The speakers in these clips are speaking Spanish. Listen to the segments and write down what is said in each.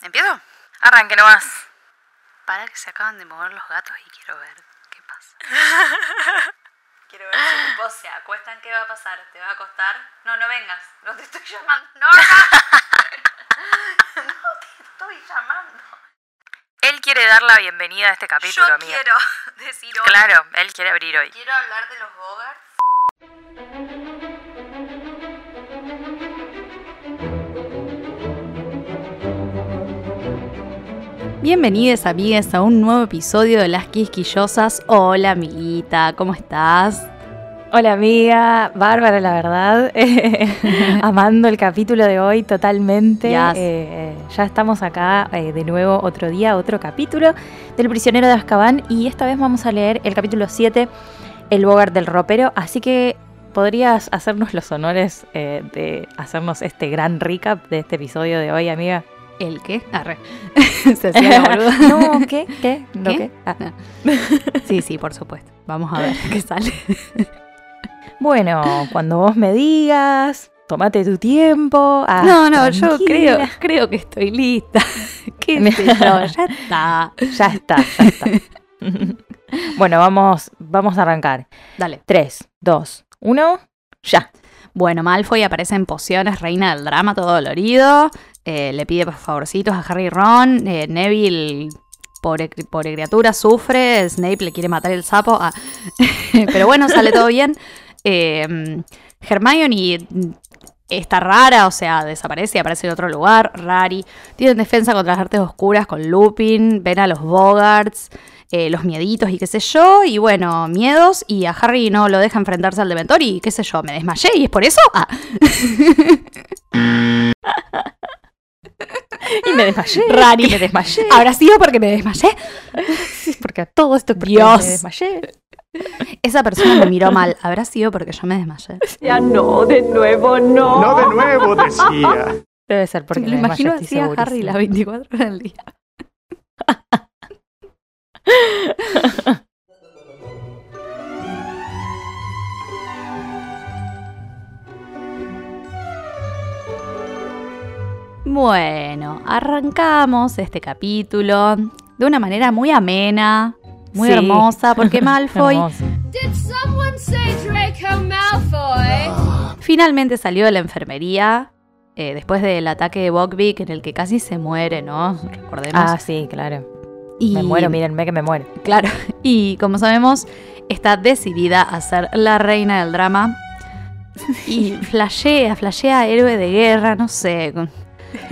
¿Empiezo? Arranque nomás. Para que se acaban de mover los gatos y quiero ver qué pasa. quiero ver si tipos se acuestan, qué va a pasar. ¿Te vas a acostar? No, no vengas. No te estoy llamando. Norma. no te estoy llamando. Él quiere dar la bienvenida a este capítulo, Yo amiga. quiero decir hoy, Claro, él quiere abrir hoy. quiero hablar de los Bogarts. Bienvenidos amigues a un nuevo episodio de Las Quisquillosas. Hola amiguita, ¿cómo estás? Hola amiga, bárbara la verdad, amando el capítulo de hoy totalmente. Yes. Eh, ya estamos acá eh, de nuevo otro día, otro capítulo del prisionero de Azkaban y esta vez vamos a leer el capítulo 7, El Bogart del Ropero, así que podrías hacernos los honores eh, de hacernos este gran recap de este episodio de hoy, amiga. ¿El qué? Arre. Se hacía la boluda. no, ¿qué? ¿Qué? ¿No ¿Qué? qué? Ah. Sí, sí, por supuesto. Vamos a ver qué sale. Bueno, cuando vos me digas, tomate tu tiempo. ah, no, no, yo tranquila. creo, creo que estoy lista. ¿Qué sé yo? Ya está. Ya está, ya está. bueno, vamos, vamos a arrancar. Dale. 3, 2, 1, ya. Bueno, Malfoy aparece en pociones, reina del drama, todo dolorido. Eh, le pide favorcitos a Harry y Ron. Eh, Neville, pobre, cri- pobre criatura, sufre. Snape le quiere matar el sapo. Ah. Pero bueno, sale todo bien. Eh, Hermione mm, está rara, o sea, desaparece y aparece en otro lugar. Rari. Tienen defensa contra las artes oscuras con Lupin. Ven a los Bogarts. eh, los mieditos y qué sé yo, y bueno, miedos, y a Harry no lo deja enfrentarse al Dementor y qué sé yo, me desmayé y es por eso. Ah, Y Ah, me desmayé. Rari. que Me desmayé. ¿Habrá sido porque me desmayé? sí, porque todo esto es porque Dios. me desmayé. Esa persona me miró mal. ¿Habrá sido porque yo me desmayé? Ya no, de nuevo no. No de nuevo, decía. Debe ser porque Lo me desmayé, imagino así estoy a Harry segurísima. las 24 horas del día. Bueno, arrancamos este capítulo de una manera muy amena, muy Sí. hermosa, porque Malfoy Hermoso. Did someone say Draco Malfoy? Finalmente salió de la enfermería eh, después del ataque de Buckbeak en el que casi se muere, ¿no? Recordemos. Ah, sí, claro. y, Me muero, mírenme que me muero. Claro. Y como sabemos, está decidida a ser la reina del drama. Y flashea, flashea héroe de guerra, no sé, con-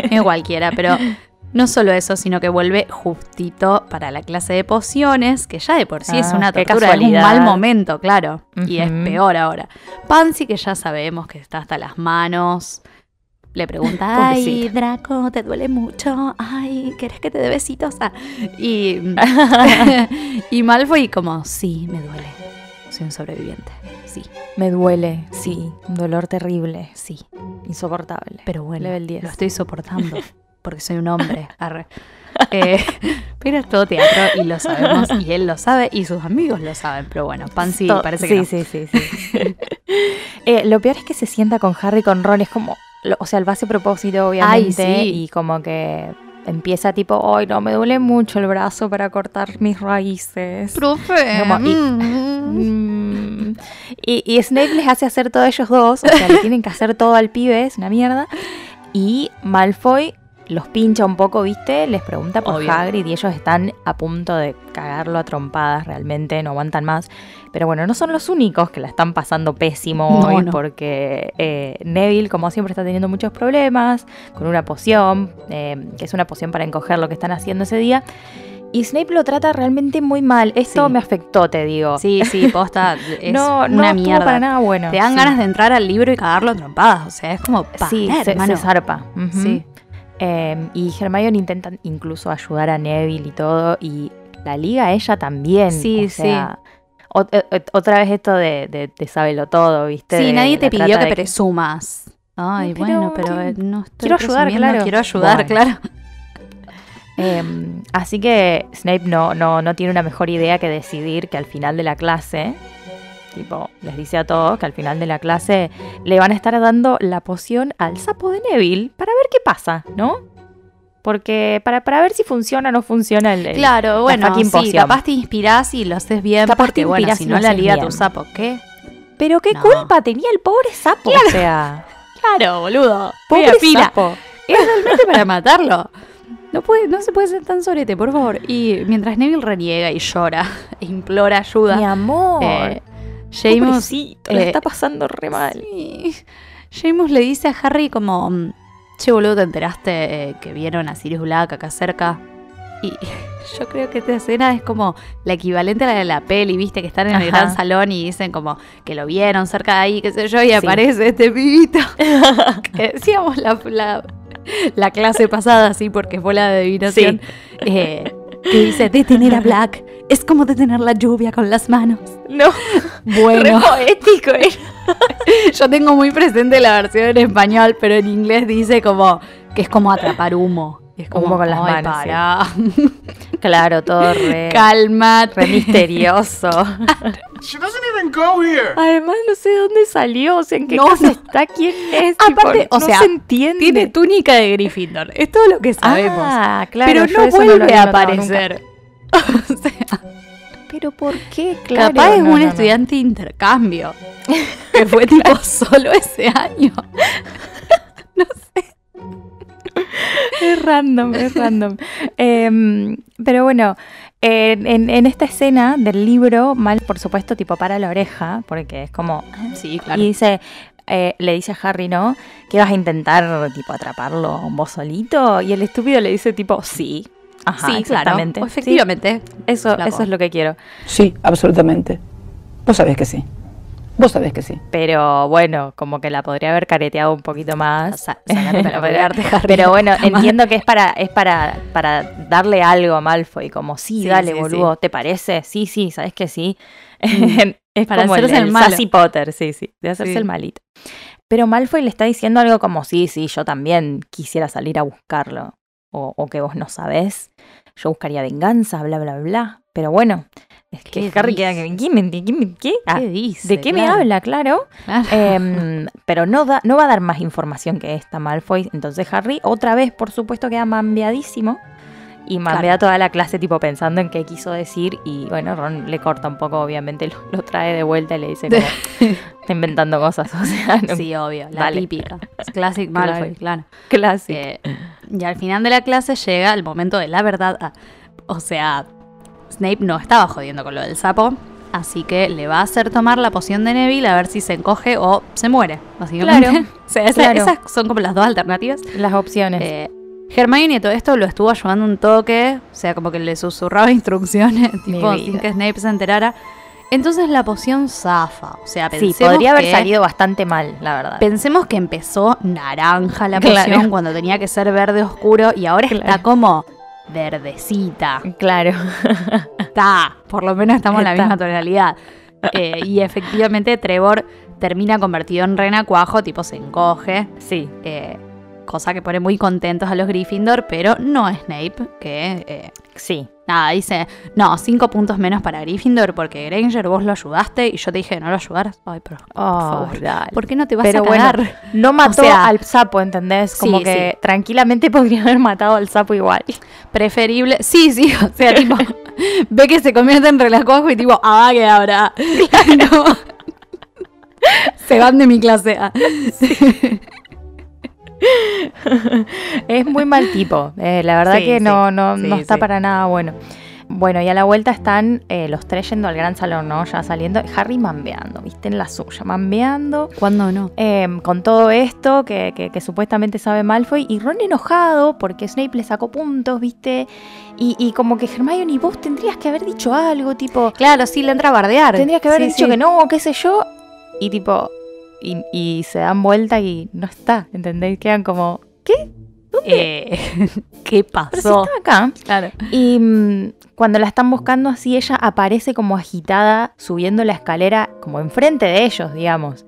medio cualquiera, pero no solo eso, sino que vuelve justito para la clase de pociones, que ya de por sí es Ah, una qué tortura, es un mal casualidad. momento, claro, y es Ujú. peor ahora. Pansy, que ya sabemos que está hasta las manos, le pregunta, ay, Pobrecita. Draco, te duele mucho, ay, ¿querés que te dé besitos? Ah, y, y Malfoy como, sí, me duele, soy un sobreviviente, sí, Me duele, sí. Un dolor terrible, sí, insoportable. pero bueno, Level 10. lo estoy soportando porque soy un hombre. arre. Eh, pero es todo teatro y lo sabemos, y él lo sabe, y sus amigos lo saben, pero bueno, Pansy To- parece sí, que no. sí, sí, sí. Eh, lo peor es que se sienta con Harry con Ron, es como, lo- o sea, lo hace a propósito, obviamente, sí. y como que empieza tipo, ay, no, me duele mucho el brazo para cortar mis raíces. Profe. Como, y- Mm. Y, y Snape les hace hacer todo a ellos dos, o sea, le tienen que hacer todo al pibe, es una mierda. Y Malfoy los pincha un poco, ¿viste? Les pregunta por Obvio. Hagrid y ellos están a punto de cagarlo a trompadas, realmente no aguantan más. Pero bueno, no son los únicos que la están pasando pésimo No, hoy no. porque eh, Neville, como siempre, está teniendo muchos problemas con una poción, eh, que es una poción para encoger lo que están haciendo ese día. Y Snape lo trata realmente muy mal. Esto Sí. me afectó, te digo. Sí, sí, posta, es no, no una estuvo mierda. para nada bueno. Te dan Sí. ganas de entrar al libro y cagarlo a trompadas, o sea, es como, para, Sí, se- se, hermano. zarpa. Ujú. Sí. Eh, y Hermione intenta incluso ayudar a Neville y todo. Y la liga a ella también. Sí, o sea, ot- ot- otra vez esto de, de, de sábelo todo, ¿viste? Sí, De nadie la te pidió trata que de presumas. Ay, Pero- bueno, pero eh, no estoy Quiero ayudar, presumiendo, claro. Quiero ayudar, Bueno. claro. Eh, así que Snape no, no, no tiene una mejor idea que decidir que al final de la clase, tipo, les dice a todos que al final de la clase le van a estar dando la poción al sapo de Neville para ver qué pasa, ¿no? Porque para, para ver si funciona o no funciona el. el- Claro, bueno, fucking sí, poción. capaz te inspirás y lo haces bien, Capaz te porque bueno, inspirás si y lo no la haces liga bien. tu sapo, ¿qué? Pero qué No. culpa tenía el pobre sapo. O sea, Claro, boludo. pobre Pobre pira. sapo. Es realmente para matarlo. No, puede, no se puede ser tan sorete, por favor. Y mientras Neville reniega y llora, e implora Mi ayuda, amor. eh, James, Pobrecito, la eh, está pasando re mal. Sí. James le dice a Harry como, mm, che boludo, ¿te enteraste eh, que vieron a Sirius Black acá cerca? Y yo creo que esta escena es como la equivalente a la de la peli, viste, que están en el Ajá. gran salón y dicen como que lo vieron cerca de ahí, qué sé yo, y Sí. aparece este pibito. que decíamos la, la, la clase pasada, sí, porque fue la de adivinación. eh, que dice, detener a Black es como detener la lluvia con las manos. No, Bueno. poético eh. era. Yo tengo muy presente la versión en español, pero en inglés dice como que es como atrapar humo. Es como Humo con las "Ay, manos, pará, Claro, todo re, cálmate. re misterioso. She doesn't even go here. Además, no sé dónde salió, o sea, en qué No, casa no. está, quién es. Aparte, tipo, o no sea, se entiende. Tiene túnica de Gryffindor, es todo lo que sabemos. Ah, claro. pero yo no eso lo vuelve había a notado nunca. aparecer. O sea, Pero ¿por qué? Claro. capaz es no, un no, no. estudiante de intercambio que fue tipo solo ese año. Es random, es random. Em, pero bueno, en, en- en esta escena del libro, Mal, por supuesto, tipo para la oreja, porque es como. Sí, Y dice. eh, le dice a Harry, ¿no? Que vas a intentar, tipo, atraparlo vos solito. Y el estúpido le dice, tipo, sí. Ajá, sí, claro. exactamente. Sí, Efectivamente. eso, flaco. eso es lo que quiero. Sí, absolutamente. Vos sabés que sí. Vos sabés que sí. Pero bueno, como que la podría haber careteado un poquito más. Sa- sacate para La podría- pegarte, Harry. Pero bueno, Jamás. entiendo que es para, es para, para darle algo a Malfoy, como sí, Sí, dale, sí, boludo, ¿te parece? Sí, sí, sabes que sí. es Mm. Para como hacerse el, el el malo. Sassy Potter, sí, sí, de hacerse Sí. el malito. Pero Malfoy le está diciendo algo como sí, sí, yo también quisiera salir a buscarlo. O, o que vos no sabés. Yo buscaría venganza, bla, bla, bla. Pero bueno, es que ¿Qué Harry queda que. dice? ¿Quién me- quién me- ¿Qué? Ah, ¿Qué dice? ¿De qué Claro, me habla? Claro. claro. Em, pero no, da- no va a dar más información que esta Malfoy. Entonces Harry otra vez, por supuesto, queda mambeadísimo. Y mambea toda la clase tipo pensando en qué quiso decir. Y bueno, Ron le corta un poco, obviamente, lo, lo trae de vuelta y le dice como, está inventando cosas. O sea, no, Sí, obvio, la Dale. típica. Es Classic Claro. Malfoy, claro. clásico. Eh, y al final de la clase llega el momento de la verdad. Ah, o sea, Snape no estaba jodiendo con lo del sapo, así que le va a hacer tomar la poción de Neville a ver si se encoge o se muere, básicamente. Claro, O sea, esa- claro. esas son como las dos alternativas. Las opciones. Eh, Hermione todo esto lo estuvo ayudando un toque, o sea, como que le susurraba instrucciones, tipo, vida. sin que Snape se enterara. Entonces la poción zafa, o sea, sí, Eh, pensemos podría haber que- salido bastante mal, la verdad. Pensemos que empezó naranja la poción Claro. cuando tenía que ser verde oscuro y ahora está Claro. como verdecita. claro. Está, por lo menos estamos en la Está. misma tonalidad. Eh, y efectivamente Trevor termina convertido en renacuajo, tipo se encoge, sí. eh, cosa que pone muy contentos a los Gryffindor, pero no a Snape, que eh, Sí. nada, dice, no, cinco puntos menos para Gryffindor porque Granger vos lo ayudaste y yo te dije que no lo ayudaras. Ay, pero Oh, favor. dale. ¿por qué no te vas Pero a bueno, cagar? No mató sea- al sapo, ¿entendés? Como Sí, que tranquilamente podría haber matado al sapo igual. Preferible. Sí, sí, o sea, tipo, ve que se convierte en relacuajo y tipo, ah, que habrá. No. Se van de mi clase. Ah. Es muy mal tipo. eh, la verdad Sí, que no, sí, no, sí, no está sí. para nada bueno. Bueno, y a la vuelta están eh, los tres yendo al gran salón, ¿no? Ya saliendo. Harry mambeando, ¿viste? En la suya, mambeando. ¿Cuándo no? eh, con todo esto que, que- que supuestamente sabe Malfoy. Y Ron enojado porque Snape le sacó puntos, ¿viste? Y, y como que Hermione, vos tendrías que haber dicho algo, tipo. Claro, sí, le entra a bardear. Tendrías que haber Sí, dicho sí. que no, o qué sé yo. Y tipo, y, y se dan vuelta y no está, ¿entendéis? Quedan como, ¿qué? ¿Dónde? Eh, ¿Qué Pero si pasó? está acá. Claro. Y mm, cuando la están buscando así, ella aparece como agitada, subiendo la escalera, como enfrente de ellos, digamos.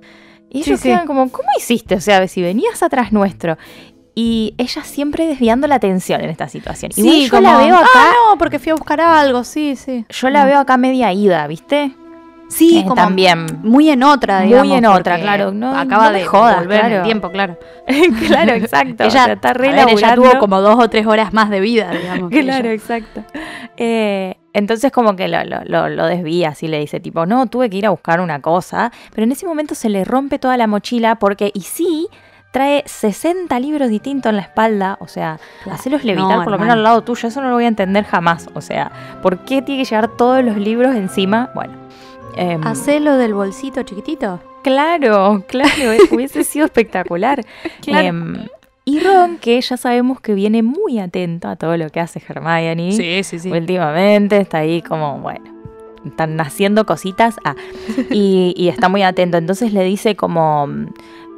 Y Sí, ellos sí. quedan como, ¿cómo hiciste? O sea, si venías atrás nuestro. Y ella siempre desviando la atención en esta situación. Y yo la veo acá, Ah, no, porque fui a buscar algo, sí, sí. yo la veo acá media ida, ¿viste? Sí, Eh, como también. Muy en otra, Muy digamos. en otra, porque claro, no- acaba no me de jodas, volver en claro. tiempo, claro. claro, exacto. ella, o sea, está re a ver, ella laburando. tuvo como dos o tres horas más de vida, digamos. que Claro, ella. exacto. Eh, entonces como que lo, lo- lo- lo desvía, así le dice tipo, no, tuve que ir a buscar una cosa, pero en ese momento se le rompe toda la mochila porque, y sí, trae 60 libros distintos en la espalda, o sea, Claro. hacelos levitar No, por lo menos hermano. al lado tuyo, eso no lo voy a entender jamás, o sea, ¿por qué tiene que llevar todos los libros encima? Bueno. em, Hacelo del bolsito chiquitito. Claro, claro, eh, hubiese sido espectacular. Claro. Em, y Ron, que ya sabemos que viene muy atento a todo lo que hace Hermione. sí, Últimamente está ahí como, bueno, están naciendo cositas. Ah, y, y está muy atento. Entonces le dice como,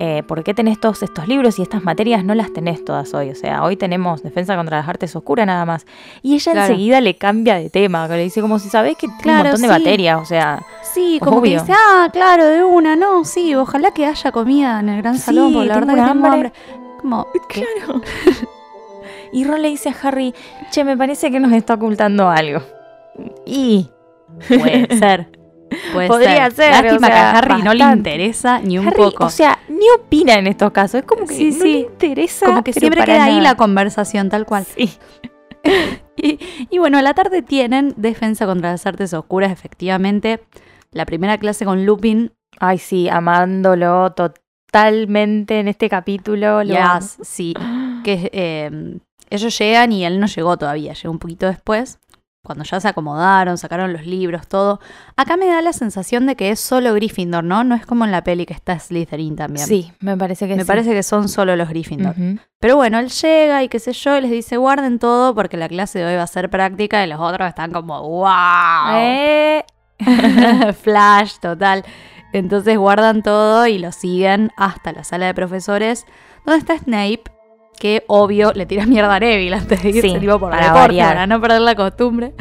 eh, ¿por qué tenés todos estos libros y estas materias? No las tenés todas hoy. O sea, hoy tenemos Defensa contra las Artes Oscuras nada más. Y ella Claro. enseguida le cambia de tema. que Le dice como, si sabés que tiene Claro, un montón de sí. materias. O sea, Sí, como que Obvio. dice, ah, claro, de una, no, sí, ojalá que haya comida en el gran Sí, salón, porque la tengo verdad que un tengo hambre. hambre. Como, eh, ¿qué? Y Ron le dice a Harry, che, me parece que nos está ocultando algo. Y Puede ser. Puede Podría ser, Lástima o sea, que a Harry no le bastante. interesa ni un Harry, poco. o sea, ni opina en estos casos. Es como que Sí, no sí. le interesa. como que pero siempre para queda ahí la nada. conversación, tal cual. Sí. Y, y bueno, a la tarde tienen Defensa contra las Artes Oscuras, efectivamente. La primera clase con Lupin, Ay, sí, amándolo totalmente en este capítulo. lo amo. yes, sí, que eh, ellos llegan y él no llegó todavía, llegó un poquito después, cuando ya se acomodaron, sacaron los libros, todo. Acá me da la sensación de que es solo Gryffindor, ¿no? No es como en la peli que está Slytherin también. Sí, me parece que Me sí. parece que son solo los Gryffindor. Ujú. Pero bueno, él llega y qué sé yo, y les dice guarden todo porque la clase de hoy va a ser práctica y los otros están como wow. Eh, Flash total. Entonces guardan todo y lo siguen hasta la sala de profesores donde está Snape, que obvio le tira mierda a Neville antes de irse Sí, tipo, por para deporte, variar. para no perder la costumbre.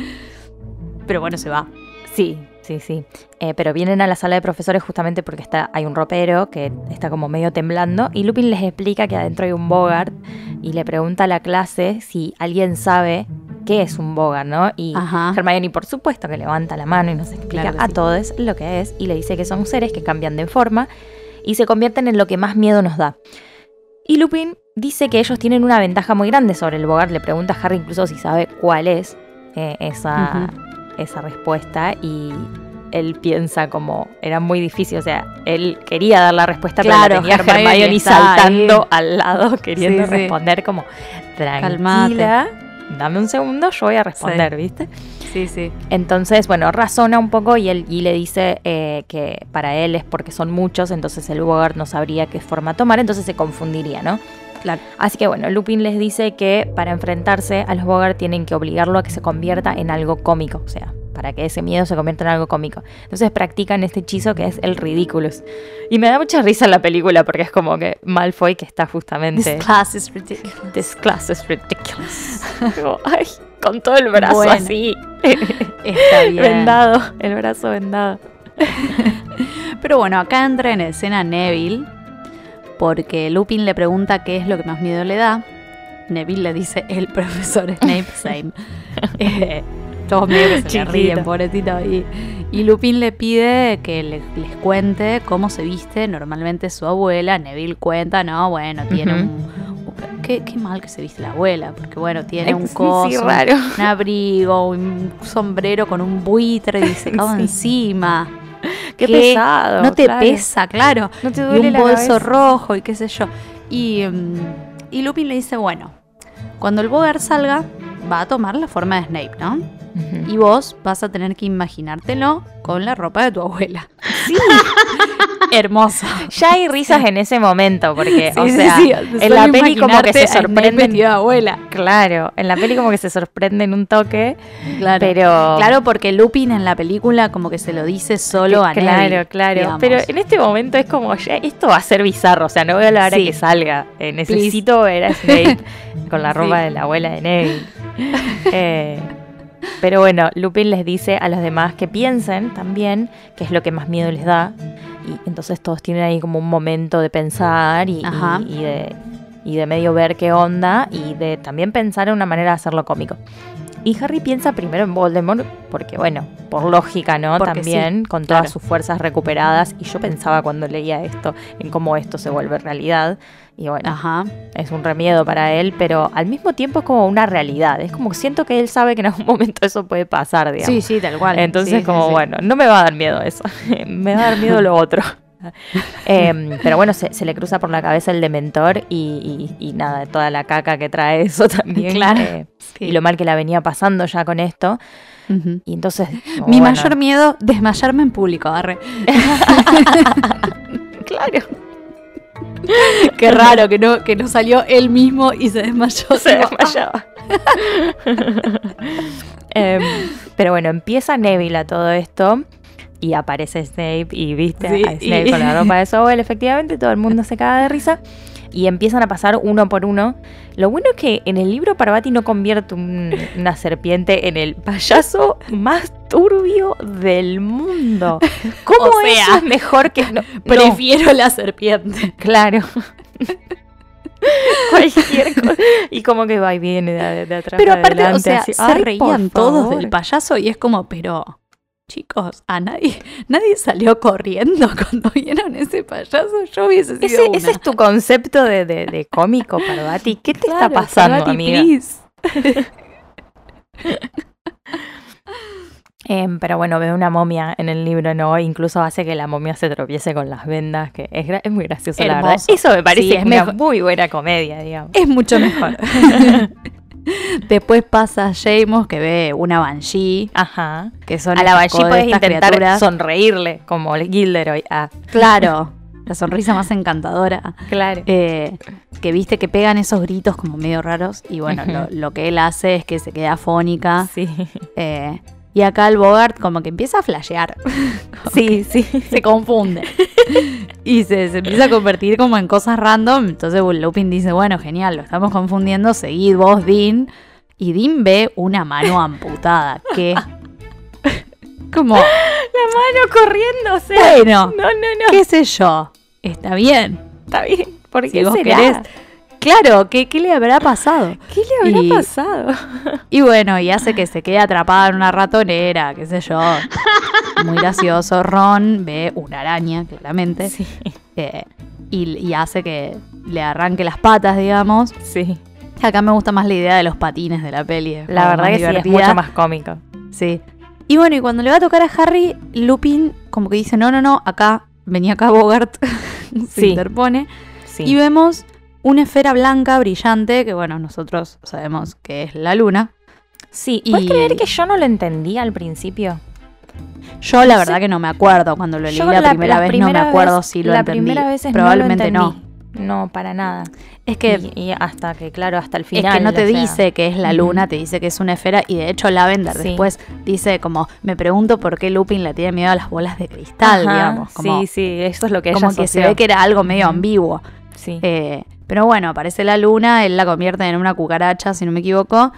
Pero bueno, se va. Sí, sí, sí. Eh, pero vienen a la sala de profesores justamente porque está, hay un ropero que está como medio temblando y Lupin les explica que adentro hay un Bogart y le pregunta a la clase si alguien sabe qué es un Bogart, ¿no? Y Ajá. Hermione, por supuesto, que levanta la mano y nos explica Claro que a sí. todos lo que es y le dice que son seres que cambian de forma y se convierten en lo que más miedo nos da. Y Lupin dice que ellos tienen una ventaja muy grande sobre el Bogart. Le pregunta a Harry incluso si sabe cuál es eh, esa, esa respuesta y él piensa como era muy difícil. O sea, él quería dar la respuesta, Claro, pero la tenía Hermione Hermione está ahí. saltando al lado queriendo Sí, sí. responder como Calmate. tranquila. Dame un segundo, yo voy a responder, ¿viste? Sí, sí. Entonces, bueno, razona un poco y, él, y le dice eh, que para él es porque son muchos, entonces el Bogart no sabría qué forma tomar, entonces se confundiría, ¿no? Claro. Así que bueno, Lupin les dice que para enfrentarse a los Bogart tienen que obligarlo a que se convierta en algo cómico, o sea, para que ese miedo se convierta en algo cómico. Entonces practican este hechizo que es el Ridiculous. Y me da mucha risa la película porque es como que Malfoy que está This justamente... class is ridiculous. This class is ridiculous. Como, ay, con todo el brazo Bueno. así, Está bien. vendado, el brazo vendado. Pero bueno, acá entra en escena Neville, porque Lupin le pregunta qué es lo que más miedo le da. Neville le dice el profesor Snape, same. Eh, todos medio que se le Chiquito. ríen, pobrecito. Y, y Lupin le pide que le- les cuente cómo se viste normalmente su abuela. Neville cuenta, no, bueno, tiene Ujú. un... un- Qué, qué mal que se viste la abuela, porque bueno, tiene un Sí, sí, coso, un- raro. un abrigo, un sombrero con un buitre disecado Sí. encima. Qué, ¿Qué? pesado. No te claro. pesa, claro. No te Y duele un la bolso cabeza. rojo y qué sé yo. Y, mm, y Lupin le dice, bueno, cuando el Bogart salga, va a tomar la forma de Snape, ¿no? Ujú. Y vos vas a tener que imaginártelo con la ropa de tu abuela. Sí. Hermoso. Ya hay risas en ese momento, porque, o Sí, sí, sea, sí, en la solo peli como imaginarte que a se Snape sorprenden. vestido de abuela. Claro, en la peli como que se sorprenden un toque, Claro. pero. Claro, porque Lupin en la película como que se lo dice solo a Claro, Neville. claro. digamos. Pero en este momento es como, ya, esto va a ser bizarro, o sea, no veo la hora Sí. que salga. Eh, necesito ver a Snape con la ropa Sí. de la abuela de Neville. Eh, pero bueno, Lupin les dice a los demás que piensen también qué es lo que más miedo les da. Y entonces todos tienen ahí como un momento de pensar y, y- Ajá. y de, y de medio ver qué onda y de también pensar en una manera de hacerlo cómico. Y Harry piensa primero en Voldemort, porque bueno, por lógica, ¿no? Porque También, sí, con todas claro. sus fuerzas recuperadas. Y yo pensaba cuando leía esto, en cómo esto se vuelve realidad. Y bueno, Ajá. es un remiedo para él, pero al mismo tiempo es como una realidad. Es como que siento que él sabe que en algún momento eso puede pasar, digamos. Sí, sí, tal cual. Entonces, Sí, sí, como sí. bueno, no me va a dar miedo eso. me va a dar miedo lo otro. Em, pero bueno, se, se le cruza por la cabeza el dementor y, y- y nada, toda la caca que trae eso también. Claro, eh, sí. Y lo mal que la venía pasando ya con esto. Ujú. Y entonces. como, Mi bueno, mayor miedo, desmayarme en público, arre. Claro. Qué raro que no, que no salió él mismo y se desmayó. se Digo, desmayaba. Em, pero bueno, empieza Neville a todo esto y aparece Snape y viste Sí, a Snape y- con la ropa de Sobel, efectivamente, todo el mundo se caga de risa y empiezan a pasar uno por uno. Lo bueno es que en el libro Parvati no convierte un- una serpiente en el payaso más turbio del mundo. ¿Cómo O sea, eso es mejor que no? "Ah, no. Prefiero la serpiente. Claro. Cualquier cosa. Y como que va y viene de, de atrás. Pero para aparte, o adelante, sea, así, se "Ay, reían por todos favor". del payaso y es como, pero chicos, a nadie, nadie salió corriendo cuando vieron ese payaso. Yo hubiese sido Ese, una. ese es tu concepto de, de- de cómico, Parvati. ¿Qué te está Claro, pasando, Parvati, amiga? please. Em, pero bueno, ve una momia en el libro, ¿no? Incluso hace que la momia se tropiece con las vendas, que es, gra- es muy gracioso, la verdad. Hermoso. Eso me parece Sí, es una mejor. muy buena comedia, digamos. Es mucho mejor. Después pasa Jamos que ve una banshee, Ajá. que son a la estas Banshee co- puedes estas intentar criaturas. sonreírle, como Gilderoy. Ah, Claro, la sonrisa más encantadora. claro. Eh, que viste que pegan esos gritos como medio raros. Y bueno, lo, lo que él hace es que se queda afónica. sí. eh, y acá el Bogart como que empieza a flashear. Sí, sí. se confunde. y se, se empieza a convertir como en cosas random. Entonces Lupin dice, bueno, genial, lo estamos confundiendo. Seguid vos, Dean. Y Dean ve una mano amputada. Que... como, mano corriendo, o sea. bueno, No, no, no. qué sé yo. Está bien. Está bien. ¿Por Si qué vos será? querés. Claro, ¿qué, qué le habrá pasado? ¿Qué le habrá Y- pasado? Y bueno, y hace que se quede atrapada en una ratonera, qué sé yo. Muy gracioso. Ron ve una araña, claramente. eh, y, y hace que le arranque las patas, digamos. Sí. Acá me gusta más la idea de los patines de la peli. es La como verdad más que sí, es divertida. mucho más cómico. Sí. Y bueno, y cuando le va a tocar a Harry, Lupin como que dice, no, no, no, acá, venía acá Bogart. se Sí. interpone. Sí. Y vemos una esfera blanca brillante, que bueno, nosotros sabemos que es la luna. sí, y- ¿puedes creer que yo no lo entendía al principio? Yo la No verdad sé. que no me acuerdo cuando lo leí Yo la, la- primera la vez, no primera me acuerdo vez- si lo la entendí. primera vez es no lo Probablemente no. entendí. No, para nada. Es que y, y hasta que, claro, hasta el final. es que no o te sea. dice que es la Ujú. luna, te dice que es una esfera y de hecho Lavender Sí. después dice como me pregunto por qué Lupin le tiene miedo a las bolas de cristal, Ajá, digamos, como sí, sí, eso es lo que ella como que se ve que era algo medio Ujú. ambiguo. Sí. Eh, pero bueno, aparece la luna, él la convierte en una cucaracha, si no me equivoco.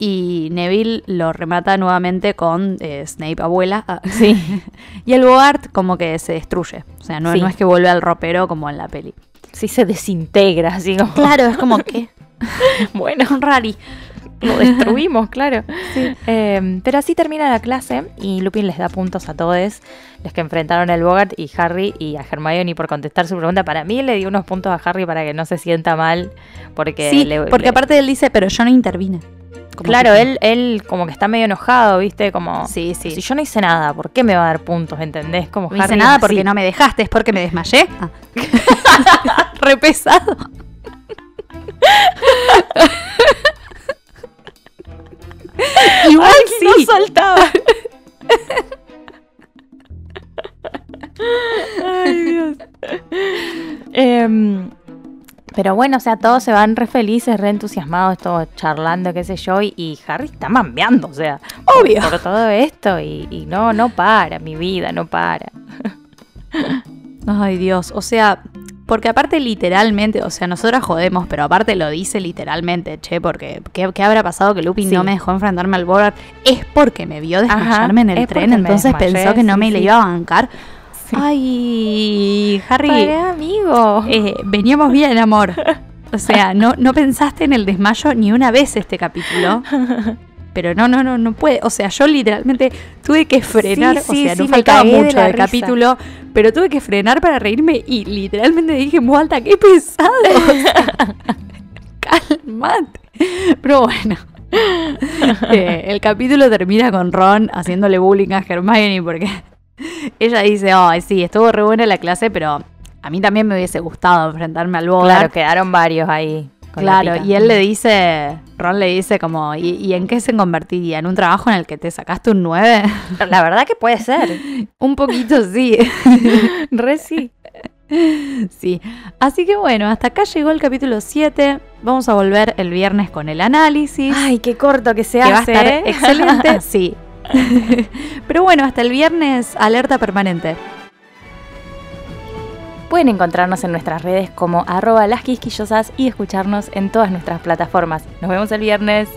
Y Neville lo remata nuevamente con eh, Snape abuela. Ah. sí. Y el Bogart como que se destruye. O sea, no, Sí. no es que vuelve al ropero como en la peli. Sí, se desintegra, así como. Claro, es como que Bueno, un rari. lo destruimos, claro. Eh, pero así termina la clase y Lupin les da puntos a todos los que enfrentaron al Bogart y Harry y a Hermione por contestar su pregunta. Para mí le di unos puntos a Harry para que no se sienta mal porque Sí, le- porque le- aparte él dice, pero yo no intervine. Como claro, que- él él como que está medio enojado, ¿viste? Como Sí, sí. si yo no hice nada, ¿por qué me va a dar puntos, entendés? Como No hice Harry es nada así. porque no me dejaste, es porque me desmayé. Ah. Ah. Re pesado. Igual sí. no soltaba. Ay, Dios. Em, pero bueno, o sea, todos se van re felices, re entusiasmados, todos charlando, qué sé yo, y, y Harry está mambeando, o sea, por- Obvio. por, todo esto, y, y no, no para, mi vida, no para. Ay, Dios. O sea, porque aparte literalmente, o sea, nosotras jodemos, pero aparte lo dice literalmente, che, porque ¿qué, qué habrá pasado que Lupin Sí. no me dejó enfrentarme al Bogart? Es porque me vio Ajá, desmayarme en el es tren, porque me entonces desmayé, pensó que no sí, me le sí. iba a bancar. Ay, Harry, Pará, amigo. eh, veníamos bien, amor. O sea, no, no pensaste en el desmayo ni una vez este capítulo. Pero no, no, no, no puede. O sea, yo literalmente tuve que frenar. Sí, sí, o sea, sí, no me faltaba caí de mucho la del risa. capítulo, pero tuve que frenar para reírme y literalmente dije en voz alta, ¡qué pesado! O sea, Calmate. Pero bueno. Eh, el capítulo termina con Ron haciéndole bullying a Hermione porque ella dice, ay, sí, estuvo re buena la clase, pero a mí también me hubiese gustado enfrentarme al Bogart. Claro, quedaron varios ahí. con la Claro, pica. y él le dice, Ron le dice como, ¿y, y en qué se convertiría? ¿En un trabajo en el que te sacaste un 9? La verdad que puede ser. un poquito sí, Re sí. sí. Así que bueno, hasta acá llegó el capítulo 7. Vamos a volver el viernes con el análisis. Ay, Ah, qué corto que se que va a hace. estar ¿eh? excelente, sí. Pero bueno, hasta el viernes, alerta permanente. Pueden encontrarnos en nuestras redes como arroba las quisquillosas y escucharnos en todas nuestras plataformas. Nos vemos el viernes.